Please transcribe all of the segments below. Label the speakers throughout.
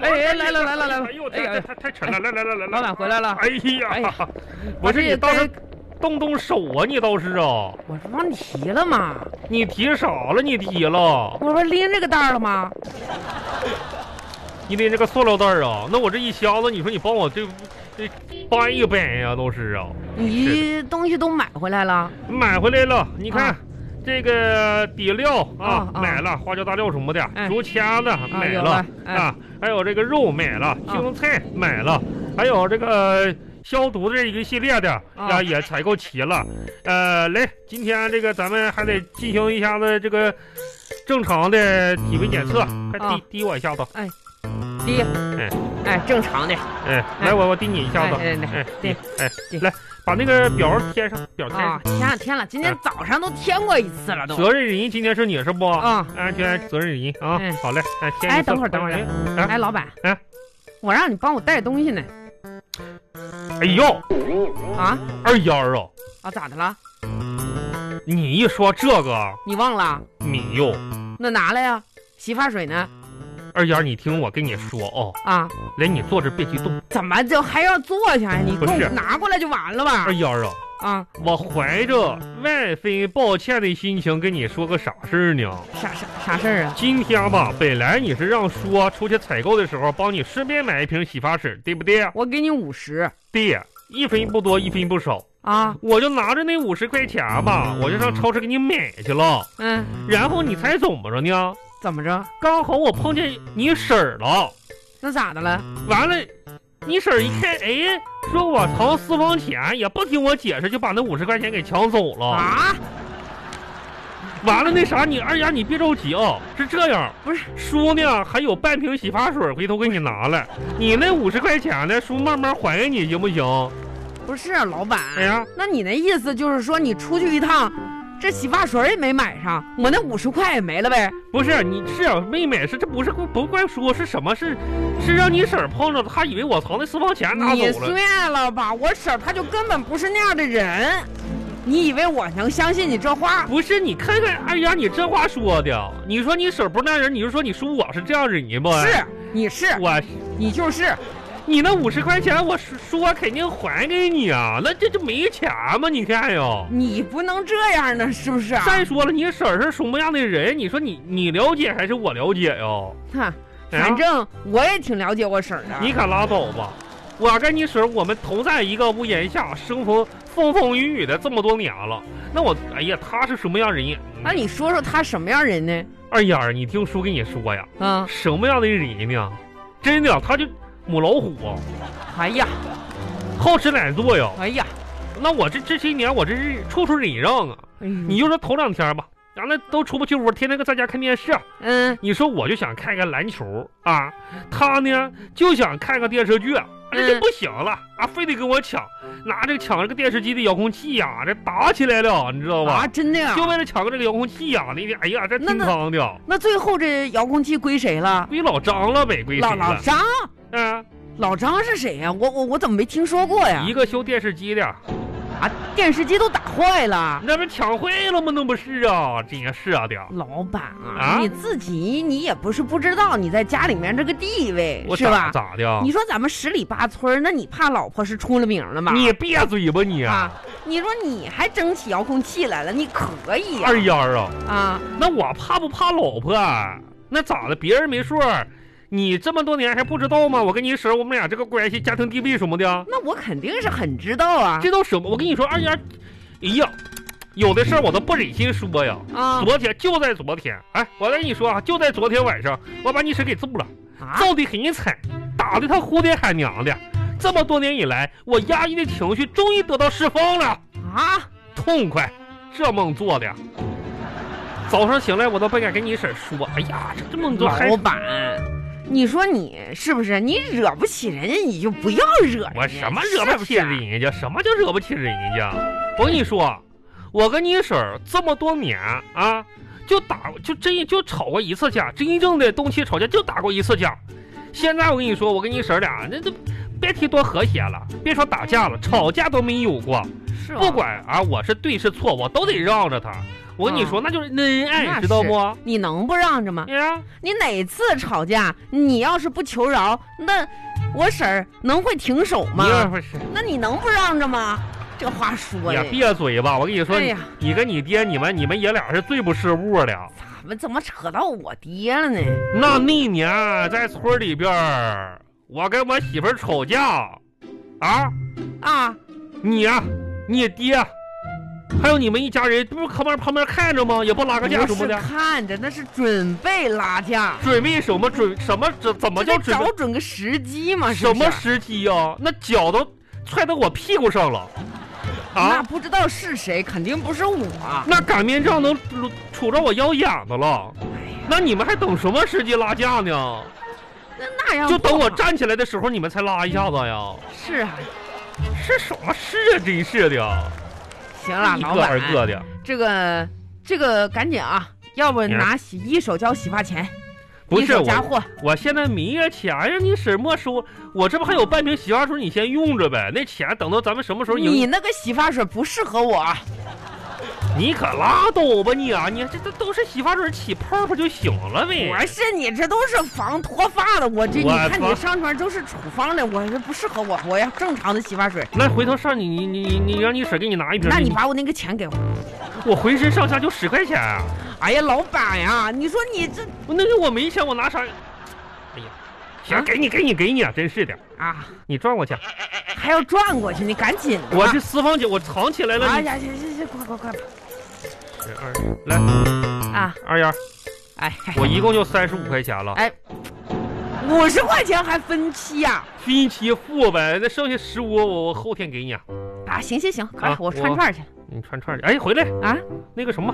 Speaker 1: 哎我
Speaker 2: 哎哎来了来了来了
Speaker 1: 哎呦，
Speaker 2: 哎
Speaker 1: 这
Speaker 2: 呀
Speaker 1: 太太沉了，来来来来来，
Speaker 2: 老板回来了
Speaker 1: 哎 呀
Speaker 2: 哎呀，
Speaker 1: 我这
Speaker 2: 这
Speaker 1: 你倒是
Speaker 2: 该
Speaker 1: 动动手啊，你倒是啊，
Speaker 2: 我这帮你提了吗？
Speaker 1: 你提啥了？你提了，
Speaker 2: 我说拎这个袋儿了吗？
Speaker 1: 你拎这个塑料袋儿啊？那我这一箱子，你说你帮我这这搬一搬呀，都是啊。
Speaker 2: 你东西都买回来了？
Speaker 1: 买回来了，你看、
Speaker 2: 啊
Speaker 1: 这个底料啊
Speaker 2: 啊，啊
Speaker 1: 买了花椒大料什么的，
Speaker 2: 哎
Speaker 1: 竹签子买
Speaker 2: 有
Speaker 1: 了
Speaker 2: 了哎
Speaker 1: 啊，还有这个肉买
Speaker 2: 啊
Speaker 1: 了，青菜买了，还有这个消毒这一个系列的啊也采购齐了。呃，来，今天这个咱们还得进行一下子这个正常的体温检测，快滴
Speaker 2: 啊
Speaker 1: 滴我一下子，
Speaker 2: 滴
Speaker 1: 哎，
Speaker 2: 哎，正常的。
Speaker 1: 哎，来
Speaker 2: 哎
Speaker 1: 我我滴你一下子，
Speaker 2: 哎哎来
Speaker 1: 哎，
Speaker 2: 滴
Speaker 1: 哎
Speaker 2: 滴
Speaker 1: 来把那个表儿贴上，表贴上。
Speaker 2: 啊，前两天了，今天早上都添过一次了都。
Speaker 1: 责任人今天是你是不？
Speaker 2: 啊
Speaker 1: 安全责任人啊
Speaker 2: 嗯，
Speaker 1: 好嘞，哎，先
Speaker 2: 哎
Speaker 1: 你坐
Speaker 2: 等会儿等会儿
Speaker 1: 哎
Speaker 2: 哎，老板，
Speaker 1: 哎
Speaker 2: 我让你帮我带东西呢。
Speaker 1: 哎呦，
Speaker 2: 啊
Speaker 1: 二丫儿啊，
Speaker 2: 啊，咋的了？
Speaker 1: 你一说这个
Speaker 2: 你忘了？
Speaker 1: 米哟，
Speaker 2: 那拿来呀，洗发水呢？
Speaker 1: 二丫儿，你听我跟你说哦，
Speaker 2: 啊，
Speaker 1: 来，你坐这别激动。
Speaker 2: 怎么就还要坐下呀？你给
Speaker 1: 不是
Speaker 2: 我拿过来就完了吧
Speaker 1: 二？丫儿啊，
Speaker 2: 啊，
Speaker 1: 我怀着万分抱歉的心情跟你说个啥事儿呢？
Speaker 2: 啥啥啥事儿啊？
Speaker 1: 今天吧，本来你是让说出去采购的时候帮你顺便买一瓶洗发水，对不对？
Speaker 2: 我给你五十
Speaker 1: 对，一分不多，一分不少，
Speaker 2: 啊，
Speaker 1: 我就拿着那五十块钱吧，我就上超市给你买去了。
Speaker 2: 嗯，
Speaker 1: 然后你猜怎么着呢？
Speaker 2: 怎么着？
Speaker 1: 刚好我碰见你婶儿了，
Speaker 2: 那咋的了？
Speaker 1: 完了，你婶儿一
Speaker 2: 嗯
Speaker 1: 看，哎，说我藏私房钱，也不听我解释，就把那五十块钱给抢走了。
Speaker 2: 啊，
Speaker 1: 完了，那啥，你二丫你别着急啊，是这样，
Speaker 2: 不是
Speaker 1: 叔呢还有半瓶洗发水，回头给你拿来。你那五十块钱呢，叔慢慢还给你，行不行？
Speaker 2: 不是啊，老板，
Speaker 1: 哎呀，
Speaker 2: 那你那意思就是说你出去一趟，这洗发水也没买上，我那五十块也没了呗？
Speaker 1: 不是，你是啊妹妹，是这不是不怪叔，是什么？是是让你婶儿碰着，她以为我藏的私房钱拿
Speaker 2: 你
Speaker 1: 走了。
Speaker 2: 算了吧，我婶儿她就根本不是那样的人。你以为我能相信你这话？
Speaker 1: 不是，你看看，哎呀，你这话说的，你说你婶不是那人，你就说你叔我是这样人吧？
Speaker 2: 是，你是，
Speaker 1: 我，
Speaker 2: 你就是。
Speaker 1: 你那五十块钱，我叔叔我肯定还给你啊，那这就没钱嘛？你看呀。
Speaker 2: 你不能这样呢，是不是啊？
Speaker 1: 再说了，你婶儿是什么样的人？你说你你了解还是我了解呀？
Speaker 2: 哼，
Speaker 1: 哎呀
Speaker 2: 反正我也挺了解我婶儿的。
Speaker 1: 你可拉倒吧！我跟你婶儿，我们同在一个屋檐下，生活风风雨雨的这么多年了。那我，哎呀，她是什么样人？
Speaker 2: 那你说说她什么样人呢？
Speaker 1: 二丫儿，你听叔跟你说呀，
Speaker 2: 啊，
Speaker 1: 什么样的人呢？真的，他就母老虎，
Speaker 2: 哎呀，
Speaker 1: 好吃懒做呀。
Speaker 2: 哎呀，
Speaker 1: 那我这这些年，我这是处处忍让啊。
Speaker 2: 哎呦
Speaker 1: 你就说头两天吧，完了都出不去屋，天天搁在家看电视。
Speaker 2: 嗯，
Speaker 1: 你说我就想看看篮球啊，他呢就想看个电视剧，那就
Speaker 2: 嗯
Speaker 1: 不行了啊，非得跟我抢，拿这个抢这个电视机的遥控器呀、这打起来了，你知道吧
Speaker 2: 啊，？真的呀、
Speaker 1: 就为了抢个这个遥控器呀、那个哎呀，这
Speaker 2: 那
Speaker 1: 挺
Speaker 2: 那
Speaker 1: 坑的，
Speaker 2: 那最后这遥控器归谁了？
Speaker 1: 归老张了呗，归谁
Speaker 2: 老老
Speaker 1: 了？
Speaker 2: 张，
Speaker 1: 嗯，
Speaker 2: 老张是谁呀、我我我怎么没听说过呀
Speaker 1: 一？个修电视机的，
Speaker 2: 啊，电视机都打坏了。
Speaker 1: 那不抢坏了吗？那不是啊，真是啊的。
Speaker 2: 老板啊，
Speaker 1: 啊
Speaker 2: 你自己你也不是不知道你在家里面这个地位
Speaker 1: 我
Speaker 2: 是
Speaker 1: 咋
Speaker 2: 吧？
Speaker 1: 咋的啊？
Speaker 2: 你说咱们十里八村儿，那你怕老婆是出了名了吗？
Speaker 1: 你别嘴吧你！
Speaker 2: 啊，你说你还争起遥控器来了，你可以呀
Speaker 1: 二丫儿啊，
Speaker 2: 啊！
Speaker 1: 那我怕不怕老婆啊？那咋的？别人没数儿，你这么多年还不知道吗？我跟你婶儿，我们俩这个关系、家庭地位什么的，啊
Speaker 2: 那我肯定是很知道啊
Speaker 1: 这都什么？我跟你说，二丫，哎呀，有的事儿我都不忍心说呀。
Speaker 2: 啊
Speaker 1: 昨天就在昨天，哎，我跟你说啊，就在昨天晚上，我把你婶给揍了，
Speaker 2: 啊！
Speaker 1: 揍得很惨，打得她呼爹喊娘的。这么多年以来，我压抑的情绪终于得到释放了，
Speaker 2: 啊，
Speaker 1: 痛快，这梦做的。早上醒来，我都不敢跟你婶儿说，哎呀，这这梦做还
Speaker 2: 老板，你说你是不是？你惹不起人家，你就不要惹人家。
Speaker 1: 我什么惹不起
Speaker 2: 是啊是
Speaker 1: 人家？什么叫惹不起人家？我跟你说，我跟你婶儿这么多年啊，就打就真就吵过一次架，真正的动气吵架就打过一次架。现在我跟你说，我跟你婶儿俩那都别提多和谐了，别说打架了，吵架都没有过。
Speaker 2: 是吧
Speaker 1: 不管啊，我是对是错，我都得让着她。我跟你
Speaker 2: 嗯
Speaker 1: 说，那就是恩爱，知道不？哎
Speaker 2: 你能不让着吗？
Speaker 1: 呀，
Speaker 2: 你哪次吵架，你要是不求饶，那我婶儿能会停手吗
Speaker 1: 你？要不是
Speaker 2: 那你能不让着吗？这话说
Speaker 1: 也
Speaker 2: 的，
Speaker 1: 别嘴吧，我跟你说
Speaker 2: 哎，呀，
Speaker 1: 你跟你爹，你们你们爷俩是最不是物的。
Speaker 2: 怎么怎么扯到我爹了呢？
Speaker 1: 那那年在村里边儿，我跟我媳妇儿吵架，啊，
Speaker 2: 啊，
Speaker 1: 你呀、你爹，还有你们一家人，不是旁边旁边看着吗？也不拉个架
Speaker 2: 不
Speaker 1: 什么
Speaker 2: 是
Speaker 1: 的，
Speaker 2: 看着，那是准备拉架，
Speaker 1: 准备什么准什么怎怎么
Speaker 2: 这
Speaker 1: 叫
Speaker 2: 得
Speaker 1: 准
Speaker 2: 找准个时机嘛，
Speaker 1: 备？
Speaker 2: 是
Speaker 1: 什
Speaker 2: 不
Speaker 1: 么
Speaker 2: 是？啊
Speaker 1: 时机呀、那脚都踹到我屁股上了，
Speaker 2: 那
Speaker 1: 啊！
Speaker 2: 不知道是谁，肯定不是我。
Speaker 1: 那擀面杖能杵着我腰眼子了，
Speaker 2: 哎
Speaker 1: 那你们还等什么时机拉架呢？
Speaker 2: 那那样
Speaker 1: 就等我
Speaker 2: 不好
Speaker 1: 站起来的时候，你们才拉一下子呀？
Speaker 2: 是啊，
Speaker 1: 是什么事啊？真是的，
Speaker 2: 行了，
Speaker 1: 一
Speaker 2: 老
Speaker 1: 个
Speaker 2: 板
Speaker 1: 二，个的。
Speaker 2: 这个这个赶紧啊，要不
Speaker 1: 你
Speaker 2: 拿洗一手交洗发钱，
Speaker 1: 不
Speaker 2: 一
Speaker 1: 是
Speaker 2: 手夹
Speaker 1: 我，
Speaker 2: 货。
Speaker 1: 我现在没钱呀，你什么时候？我这不还有半瓶洗发水，你先用着呗。那钱等到咱们什么时候
Speaker 2: 你
Speaker 1: 赢？
Speaker 2: 那个洗发水不适合我，啊
Speaker 1: 你可拉倒吧你啊！你这这都是洗发水起泡泡就行了呗。
Speaker 2: 我是你这都是防脱发的，我这你
Speaker 1: 哎我
Speaker 2: 看
Speaker 1: 操
Speaker 2: 你上传都是处方的，我这不适合我，我要正常的洗发水。
Speaker 1: 那回头上你你你你你让你婶给你拿一瓶。
Speaker 2: 那你把我那个钱给我。
Speaker 1: 我浑身上下就十块钱啊，
Speaker 2: 哎呀，老板呀，你说你这
Speaker 1: 我那个我没钱，我拿啥？哎呀，行，
Speaker 2: 啊
Speaker 1: 给你给你给你啊！真是的，
Speaker 2: 啊
Speaker 1: 你赚我钱。
Speaker 2: 还要转过去，你赶紧的。
Speaker 1: 我是私房酒，我藏起来了。
Speaker 2: 哎
Speaker 1: 你
Speaker 2: 呀，行行行，快快快
Speaker 1: 这二来嗯
Speaker 2: 啊！
Speaker 1: 二丫，
Speaker 2: 哎，
Speaker 1: 我一共就三十五块钱了，
Speaker 2: 哎，五十块钱还分期呀、
Speaker 1: 分期付呗，那剩下十五我我后天给你啊，
Speaker 2: 啊，行行行，快，
Speaker 1: 啊
Speaker 2: 我串
Speaker 1: 我
Speaker 2: 串去
Speaker 1: 你串串去。哎，回来
Speaker 2: 啊！
Speaker 1: 那个什么，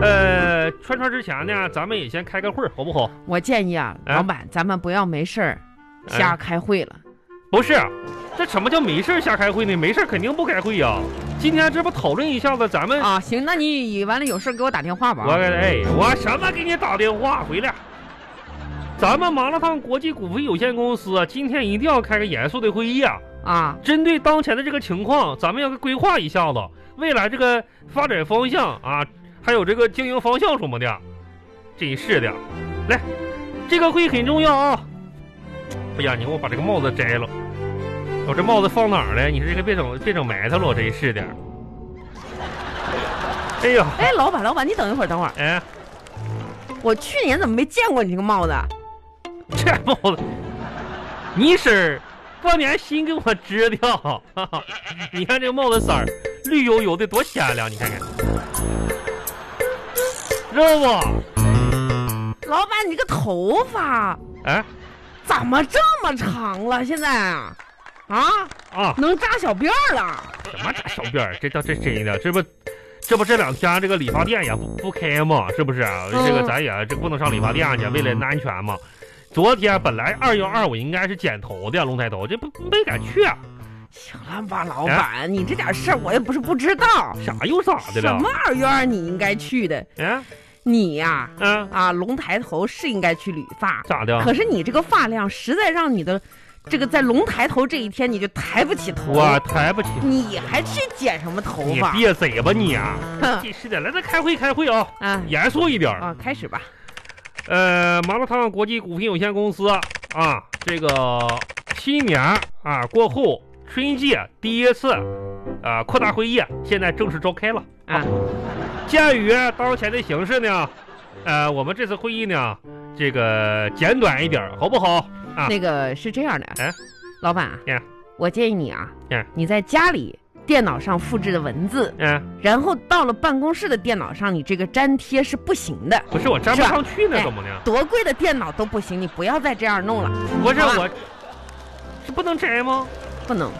Speaker 1: 呃，串串之前呢，咱们也先开个会儿，好不好？
Speaker 2: 我建议啊，
Speaker 1: 啊
Speaker 2: 老板，咱们不要没事儿
Speaker 1: 哎
Speaker 2: 瞎开会了。
Speaker 1: 不是，啊这什么叫没事儿瞎开会呢？没事儿肯定不开会呀、啊今天这不讨论一下子咱们，
Speaker 2: 啊，行，那你完了有事儿给我打电话吧。
Speaker 1: 我给哎，我什么给你打电话回来？咱们麻辣烫国际股份有限公司啊今天一定要开个严肃的会议啊！
Speaker 2: 啊，
Speaker 1: 针对当前的这个情况，咱们要规划一下子未来这个发展方向啊，还有这个经营方向什么的。真是的，来，这个会很重要啊！哎呀，你给我把这个帽子摘了，我这帽子放哪儿了？你这个别整别整埋汰了，我真是的。哎呀，
Speaker 2: 哎，老板，老板，你等一会儿，等会儿，
Speaker 1: 哎，
Speaker 2: 我去年怎么没见过你这个帽子？啊
Speaker 1: 这帽子，你婶儿过年新给我织的啊，哈哈你看这个帽子色儿绿油油的，多鲜亮！你看看，知道不？
Speaker 2: 老板，你这个头发
Speaker 1: 哎
Speaker 2: 怎么这么长了？现在啊，啊，
Speaker 1: 啊，
Speaker 2: 能扎小辫儿了？
Speaker 1: 什么扎小辫儿？这倒真真的，这不，这不这两天这个理发店也不不开嘛，是不是啊？
Speaker 2: 嗯
Speaker 1: 这个咱也这不能上理发店去，为了安全嘛。昨天本来二幺二我应该是剪头的，龙抬头，这不没敢去，
Speaker 2: 行了吧，老板，你这点事儿我也不是不知道。
Speaker 1: 啥又咋的
Speaker 2: 什
Speaker 1: 了
Speaker 2: 么？二院儿你应该去的？
Speaker 1: 哎，
Speaker 2: 你呀、
Speaker 1: 嗯、
Speaker 2: 啊，龙抬头是应该去理发，
Speaker 1: 咋的？
Speaker 2: 可是你这个发量实在让你的这个在龙抬头这一天你就抬不起头。
Speaker 1: 我抬不起。
Speaker 2: 你还去剪什么头
Speaker 1: 你
Speaker 2: 发？
Speaker 1: 别嘴吧你啊！
Speaker 2: 哼
Speaker 1: 真是的，来，咱开会开会啊，
Speaker 2: 啊
Speaker 1: 严肃一点儿。
Speaker 2: 啊，开始吧。
Speaker 1: 呃，麻辣烫国际股份有限公司啊，这个新年啊过后，春季第一次啊扩大会议现在正式召开了。
Speaker 2: 啊，
Speaker 1: 鉴于当前的形势呢，呃，我们这次会议呢，这个简短一点儿，好不好？啊
Speaker 2: 那个是这样的，
Speaker 1: 哎
Speaker 2: 老板啊
Speaker 1: 呀
Speaker 2: 我建议你啊
Speaker 1: 呀
Speaker 2: 你在家里电脑上复制的文字，
Speaker 1: 嗯、
Speaker 2: 然后到了办公室的电脑上，你这个粘贴是不行的，
Speaker 1: 不是我粘不
Speaker 2: 是吧
Speaker 1: 上去呢，
Speaker 2: 哎
Speaker 1: 怎么呢？
Speaker 2: 多贵的电脑都不行，你不要再这样弄了，
Speaker 1: 不是
Speaker 2: 好吧啊
Speaker 1: 我，是不能摘吗？
Speaker 2: 不能，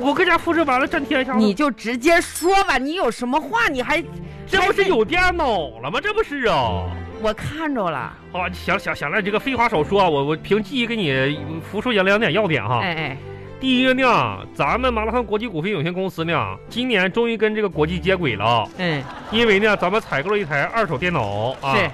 Speaker 1: 我搁家复制完了粘贴一下吗。
Speaker 2: 你就直接说吧，你有什么话你还
Speaker 1: 这不
Speaker 2: 哎
Speaker 1: 是？有电脑了吗？这不是啊！
Speaker 2: 我看着了，
Speaker 1: 好，行行行了，这个废话少说啊，我我凭记忆给你复述两两点要点哈。
Speaker 2: 哎哎，
Speaker 1: 第一个呢，咱们麻辣烫国际股份有限公司呢，今年终于跟这个国际接轨了，
Speaker 2: 嗯，
Speaker 1: 因为呢，咱们采购了一台二手电脑啊。
Speaker 2: 是。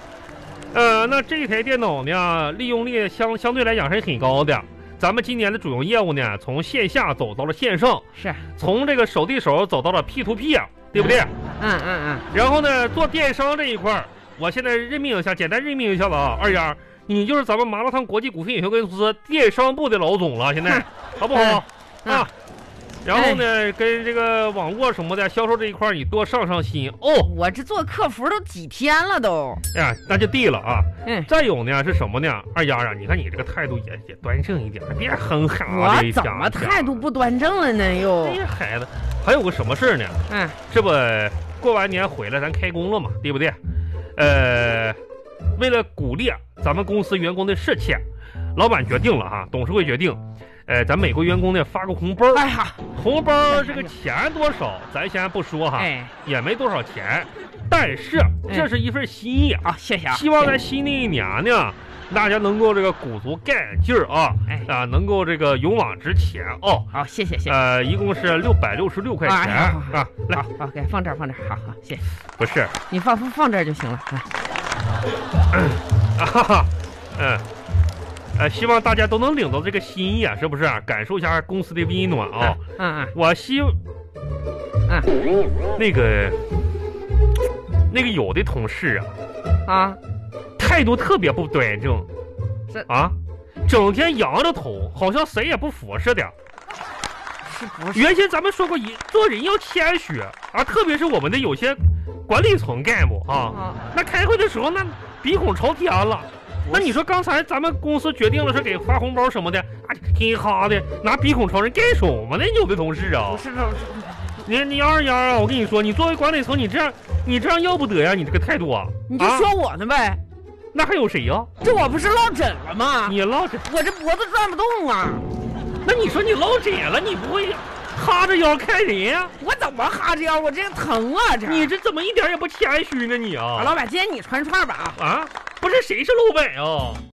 Speaker 1: 呃，那这台电脑呢，利用率相相对来讲还是很高的。咱们今年的主营业务呢，从线下走到了线上，
Speaker 2: 是，
Speaker 1: 从这个手递手走到了 P to 啊 P，对不对？
Speaker 2: 嗯嗯
Speaker 1: 然后呢，做电商这一块儿，我现在任命一下，简单任命一下子啊，二丫，你就是咱们麻辣烫国际股份有限公司电商部的老总 了，现在好不好、
Speaker 2: 嗯
Speaker 1: 啊？然后呢，跟这个网络什么的销售这一块儿，你多上上心哦
Speaker 2: 嗯，我这做客服都几天了都，
Speaker 1: 哎呀，那就地了啊。
Speaker 2: 嗯，
Speaker 1: 再有呢是什么呢？二丫呀，你看你这个态度也也端正一点，别哼哈
Speaker 2: 我
Speaker 1: 的啊一
Speaker 2: 怎
Speaker 1: 家
Speaker 2: 么态度？不端正了呢又？
Speaker 1: 这孩子，还有个什么事儿呢？
Speaker 2: 嗯，
Speaker 1: 这不过完年回来咱开工了嘛，对不对？呃，为了鼓励啊咱们公司员工的士气，老板决定了哈，董事会决定，呃，咱每个员工呢发个红包，
Speaker 2: 哎呀，
Speaker 1: 红包这个钱多少咱先不说哈，
Speaker 2: 哎，
Speaker 1: 也没多少钱，但是这是一份心意啊，
Speaker 2: 好，谢谢啊，
Speaker 1: 希望
Speaker 2: 谢
Speaker 1: 在
Speaker 2: 谢
Speaker 1: 新的一年呢。大家能够这个鼓足干劲儿啊
Speaker 2: 哎，
Speaker 1: 啊，能够这个勇往直前哦。
Speaker 2: 好，谢谢谢谢。
Speaker 1: 呃，一共是六百六十六块钱
Speaker 2: 哎呀好
Speaker 1: 啊。来
Speaker 2: 好，好，给放这儿，放这儿，好好，谢谢
Speaker 1: 不是，
Speaker 2: 你放放放这儿就行了。啊
Speaker 1: 啊哈哈， 嗯，呃，希望大家都能领到这个心意啊，是不是、感受一下公司的温暖啊、
Speaker 2: 嗯嗯
Speaker 1: 我希，
Speaker 2: 嗯，
Speaker 1: 那个，那个有的同事啊，
Speaker 2: 嗯啊，
Speaker 1: 态度特别不端正，
Speaker 2: 这
Speaker 1: 啊，整天扬着头，好像谁也不服似的。
Speaker 2: 是不是？
Speaker 1: 原先咱们说过一，做人要谦虚啊，特别是我们的有些管理层干部啊，
Speaker 2: 啊，
Speaker 1: 那开会的时候那鼻孔朝天了。那你说刚才咱们公司决定了是给发红包什么的，啊，嘿哈的拿鼻孔朝人干什么呢？有的同事啊
Speaker 2: 不，是这，
Speaker 1: 你你二丫啊，我跟你说，你作为管理层，你这样你这样要不得呀，你这个态度啊，
Speaker 2: 你就
Speaker 1: 啊
Speaker 2: 说我呢呗，
Speaker 1: 那还有谁呀、
Speaker 2: 这我不是落枕了吗？
Speaker 1: 你落枕，
Speaker 2: 我这脖子转不动啊，
Speaker 1: 那你说你落枕了，你不会哈着腰看人呀、
Speaker 2: 我怎么哈着腰？我这个疼啊，这
Speaker 1: 你这怎么一点也不谦虚呢你
Speaker 2: 啊
Speaker 1: 啊？
Speaker 2: 老板，今天你穿串吧啊。
Speaker 1: 啊，不是谁是老板啊？